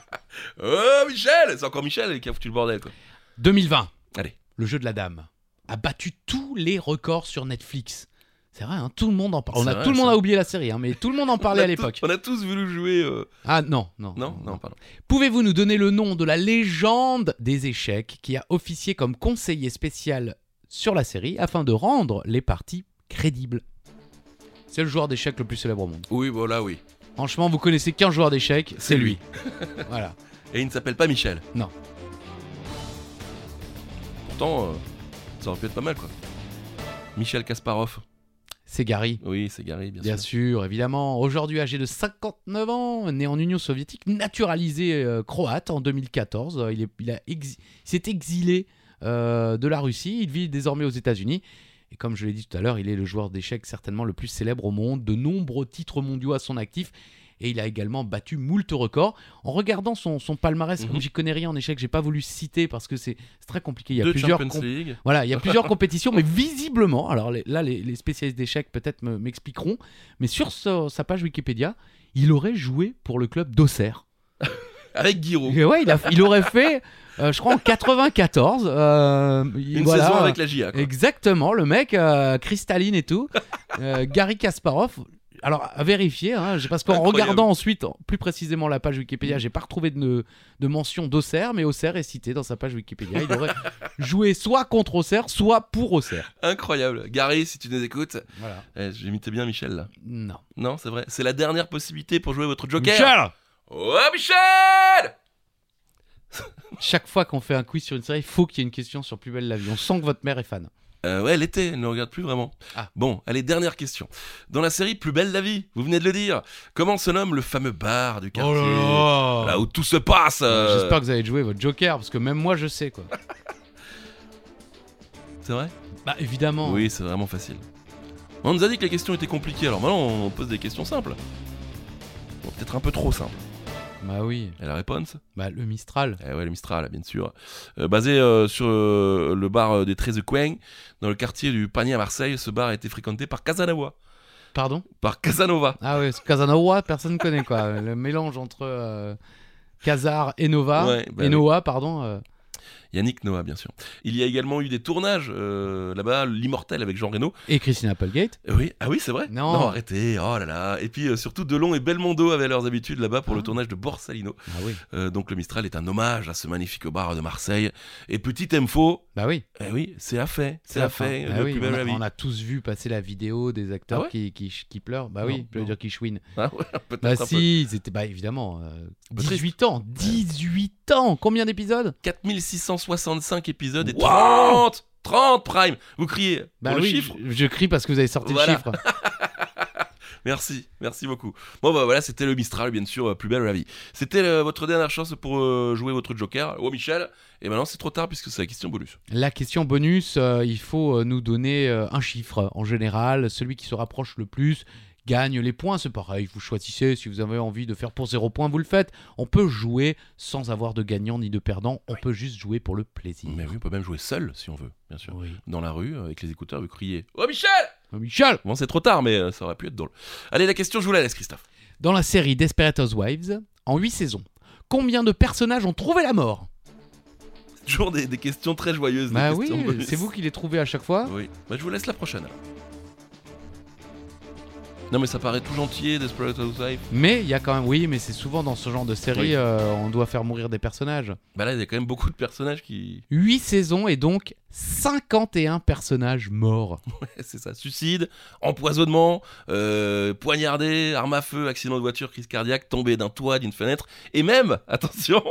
Speaker 1: Euh, Oh Michel C'est encore Michel qui a foutu le bordel quoi.
Speaker 3: 2020.
Speaker 1: Allez.
Speaker 3: Le jeu de la dame. a battu tous les records sur Netflix. C'est vrai, hein, tout le monde en parle. On
Speaker 1: C'est
Speaker 3: a
Speaker 1: vrai,
Speaker 3: tout le
Speaker 1: c'est
Speaker 3: monde a
Speaker 1: vrai.
Speaker 3: oublié la série, hein, mais tout le monde en parlait
Speaker 1: On a
Speaker 3: à l'époque.
Speaker 1: tous- On a tous voulu jouer. euh,
Speaker 3: Ah non, non.
Speaker 1: Non, non, pardon.
Speaker 3: Pouvez-vous nous donner le nom de la légende des échecs qui a officié comme conseiller spécial sur la série afin de rendre les parties crédibles C'est le joueur d'échecs le plus célèbre au monde.
Speaker 1: Oui, voilà, oui.
Speaker 3: Franchement, vous connaissez qu'un joueur d'échecs,
Speaker 1: C'est
Speaker 3: c'est lui. voilà.
Speaker 1: Et il ne s'appelle pas Michel.
Speaker 3: Non.
Speaker 1: Pourtant, euh, ça aurait pu être pas mal, quoi. Michel Kasparov.
Speaker 3: C'est Gary.
Speaker 1: Oui, c'est Gary, bien,
Speaker 3: Bien
Speaker 1: sûr.
Speaker 3: sûr, évidemment. Aujourd'hui âgé de 59 ans, né en Union soviétique, naturalisé euh, croate en 2014. Euh, Il, est- il a exi- il s'est exilé euh, de la Russie. Il vit désormais aux États-Unis. Et comme je l'ai dit tout à l'heure, il est le joueur d'échecs certainement le plus célèbre au monde. De nombreux titres mondiaux à son actif. Et il a également battu moult records. En regardant son, son palmarès,
Speaker 1: Mhm.
Speaker 3: comme j'y connais rien en échecs, j'ai pas voulu citer parce que c'est c'est très compliqué. Il y a
Speaker 1: Deux
Speaker 3: plusieurs
Speaker 1: Champions
Speaker 3: comp-
Speaker 1: League.
Speaker 3: voilà, il y a plusieurs compétitions, mais visiblement, alors les- là, les, les spécialistes d'échecs peut-être me- m'expliqueront, mais sur sa- sa page Wikipédia, il aurait joué pour le club d'Auxerre.
Speaker 1: Avec Giroud.
Speaker 3: Et Ouais, il, a- il aurait fait, euh, je crois, en 94. euh, il-
Speaker 1: Une
Speaker 3: voilà,
Speaker 1: saison avec la JA, quoi.
Speaker 3: Exactement, le mec, euh, cristalline et tout. Euh, Gary Kasparov. Alors, à vérifier, hein, je- parce qu'en
Speaker 1: Incroyable.
Speaker 3: regardant ensuite, plus précisément la page Wikipédia, j'ai pas retrouvé de, de mention d'Auxerre, mais Auxerre est cité dans sa page Wikipédia. Il aurait joué soit contre Auxerre, soit pour Auxerre.
Speaker 1: Incroyable. Gary, si tu nous écoutes,
Speaker 3: Voilà.
Speaker 1: eh, j'imitais bien Michel là.
Speaker 3: Non.
Speaker 1: Non, c'est vrai. C'est la dernière possibilité pour jouer votre Joker.
Speaker 2: Michel
Speaker 1: Oh Michel
Speaker 3: Chaque fois qu'on fait un quiz sur une série, il faut qu'il y ait une question sur Plus belle la vie. On sent que votre mère est fan.
Speaker 1: Euh, ouais, l'été, elle ne regarde plus vraiment.
Speaker 3: Ah.
Speaker 1: Bon, allez, dernière question. Dans la série Plus belle la vie, vous venez de le dire, comment se nomme le fameux bar du
Speaker 2: Oh
Speaker 1: quartier Là où tout se passe euh,
Speaker 3: J'espère que vous avez joué votre Joker, parce que même moi, je sais quoi.
Speaker 1: C'est vrai
Speaker 3: Bah, évidemment.
Speaker 1: Oui, c'est vraiment facile. On nous a dit que les questions étaient compliquées, alors maintenant on pose des questions simples. Bon, peut-être un peu trop simples.
Speaker 3: Bah oui.
Speaker 1: Et la réponse
Speaker 3: Bah, le Mistral.
Speaker 1: Eh ouais, le Mistral, bien sûr. Euh, basé euh, sur euh, le bar euh, des 13 Coing, dans le quartier du Panier à Marseille, ce bar a été fréquenté par Casanova.
Speaker 3: Pardon
Speaker 1: Par Casanova.
Speaker 3: Ah ouais, ce Casanova, personne connaît quoi. Le mélange entre euh, Casar et Nova,
Speaker 1: Ouais, bah
Speaker 3: et
Speaker 1: oui.
Speaker 3: Noah, pardon. euh.
Speaker 1: Yannick Noah, bien sûr. Il y a également eu des tournages euh, là-bas, l'immortel avec Jean Reno.
Speaker 3: et Christine Applegate.
Speaker 1: Euh, Oui, ah oui, c'est vrai.
Speaker 3: Non.
Speaker 1: arrêtez. Oh là là. Et puis euh, surtout Delon et Belmondo avaient leurs habitudes là-bas pour
Speaker 3: Ah.
Speaker 1: le tournage de Borsalino.
Speaker 3: Ah oui.
Speaker 1: Euh, donc le Mistral est un hommage à ce magnifique bar de Marseille. Et petite info,
Speaker 3: Bah oui.
Speaker 1: eh oui, c'est à fait. C'est
Speaker 3: la
Speaker 1: à fait. euh,
Speaker 3: fin. Bah
Speaker 1: le
Speaker 3: oui,
Speaker 1: plus
Speaker 3: on,
Speaker 1: bel
Speaker 3: a,
Speaker 1: avis.
Speaker 3: on a tous vu passer la vidéo des acteurs
Speaker 1: Ah ouais
Speaker 3: qui, qui, qui pleurent. Bah
Speaker 1: Non,
Speaker 3: oui, je veux
Speaker 1: non.
Speaker 3: dire qui chouinent.
Speaker 1: Ah ouais, peut-être
Speaker 3: Bah
Speaker 1: un peu.
Speaker 3: si, ils étaient, bah évidemment. euh,
Speaker 1: peu triste.
Speaker 3: 18 ans, 18 ans. Combien d'épisodes
Speaker 1: 4665 épisodes et
Speaker 2: Wow
Speaker 1: 30 30 prime. Vous criez
Speaker 3: Bah
Speaker 1: pour
Speaker 3: oui,
Speaker 1: le chiffre.
Speaker 3: Je, je crie parce que vous avez sorti
Speaker 1: Voilà.
Speaker 3: le chiffre.
Speaker 1: Merci, merci beaucoup. Bon bah voilà, c'était le Mistral, bien sûr, euh, plus belle la vie. C'était euh, votre dernière chance pour euh, jouer votre Joker. Oh Michel, et maintenant c'est trop tard puisque c'est la question bonus.
Speaker 3: La question bonus, euh, il faut euh, nous donner euh, un chiffre en général. Celui qui se rapproche le plus gagne les points. C'est pareil, vous choisissez. Si vous avez envie de faire pour zéro point, vous le faites. On peut jouer sans avoir de gagnant ni de perdant. On peut juste jouer pour le plaisir.
Speaker 1: Mais oui, on peut même jouer seul si on veut, bien sûr.
Speaker 3: Oui.
Speaker 1: Dans la rue, euh, avec les écouteurs, vous criez Oh Michel
Speaker 3: Oh, Michel
Speaker 1: Bon, c'est trop tard, mais euh, ça aurait pu être drôle. Allez, la question, je vous la laisse, Christophe.
Speaker 3: Dans la série Desperate Housewives, en 8 saisons, combien de personnages ont trouvé la mort
Speaker 1: C'est toujours des, des questions très joyeuses. des
Speaker 3: Bah oui,
Speaker 1: questions bonus.
Speaker 3: c'est vous qui les trouvez à chaque fois.
Speaker 1: Oui, bah, je vous laisse la prochaine alors. Non, mais ça paraît tout gentil, Desperate Housewives.
Speaker 3: Mais il y a quand même, oui, mais c'est souvent dans ce genre de série,
Speaker 1: Oui.
Speaker 3: euh, on doit faire mourir des personnages.
Speaker 1: Bah là, il y a quand même beaucoup de personnages qui.
Speaker 3: 8 saisons et donc 51 personnages morts.
Speaker 1: C'est ça, suicide, empoisonnement, euh, poignardé, arme à feu, accident de voiture, crise cardiaque, tombé d'un toit, d'une fenêtre, et même, attention,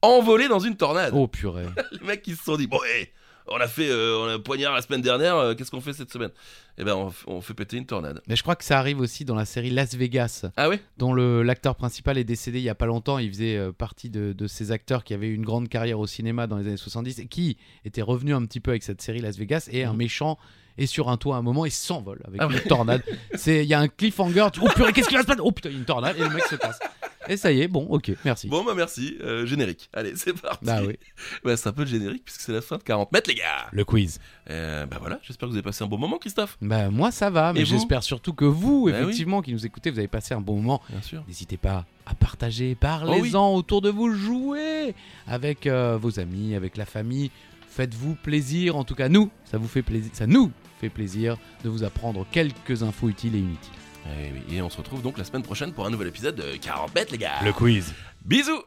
Speaker 1: envolé dans une tornade.
Speaker 3: Oh purée.
Speaker 1: Les mecs qui se sont dit, bon, hé, on a fait euh, on a poignard la semaine dernière, euh, qu'est-ce qu'on fait cette semaine Eh ben, on, f- on fait péter une tornade.
Speaker 3: Mais je crois que ça arrive aussi dans la série Las Vegas,
Speaker 1: Ah ouais
Speaker 3: dont le- l'acteur principal est décédé il y a pas longtemps. Il faisait euh, partie de, de ces acteurs qui avaient eu une grande carrière au cinéma dans les années 70 et qui étaient revenus un petit peu avec cette série Las Vegas. Et un
Speaker 1: Mhm.
Speaker 3: méchant est sur un toit à un moment et s'envole avec
Speaker 1: Ah
Speaker 3: une
Speaker 1: ouais.
Speaker 3: tornade. C'est Il y a un cliffhanger. tu- Oh purée, qu'est-ce qui va se passer Oh putain, il y a une tornade et le mec se casse. Et ça y est, bon, ok, merci.
Speaker 1: Bon, bah merci, euh, générique. Allez, c'est parti.
Speaker 3: Ah oui,
Speaker 1: Bah, c'est un peu le générique puisque c'est la fin de 40 mètres, les gars.
Speaker 3: le quiz.
Speaker 1: Euh, bah voilà, j'espère que vous avez passé un bon moment, Christophe.
Speaker 3: Bah moi ça va, mais
Speaker 1: Et vous
Speaker 3: j'espère surtout que vous,
Speaker 1: Bah oui.
Speaker 3: effectivement, qui nous écoutez, vous avez passé un bon moment.
Speaker 1: Bien sûr.
Speaker 3: N'hésitez pas à
Speaker 1: Oh
Speaker 3: partager, parlez-en autour de vous, jouez avec euh, vos amis, avec la famille. Faites-vous plaisir, en tout cas nous, ça vous fait plaisir, ça nous fait plaisir de vous apprendre quelques infos utiles et inutiles.
Speaker 1: Eh oui, Et, on se retrouve donc la semaine prochaine pour un nouvel épisode de 40 mètres, les gars.
Speaker 2: Le quiz.
Speaker 1: Bisous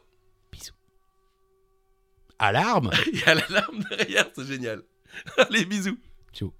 Speaker 3: Alarme
Speaker 1: Il y a l'alarme derrière, c'est génial. Allez, bisous.
Speaker 3: Ciao.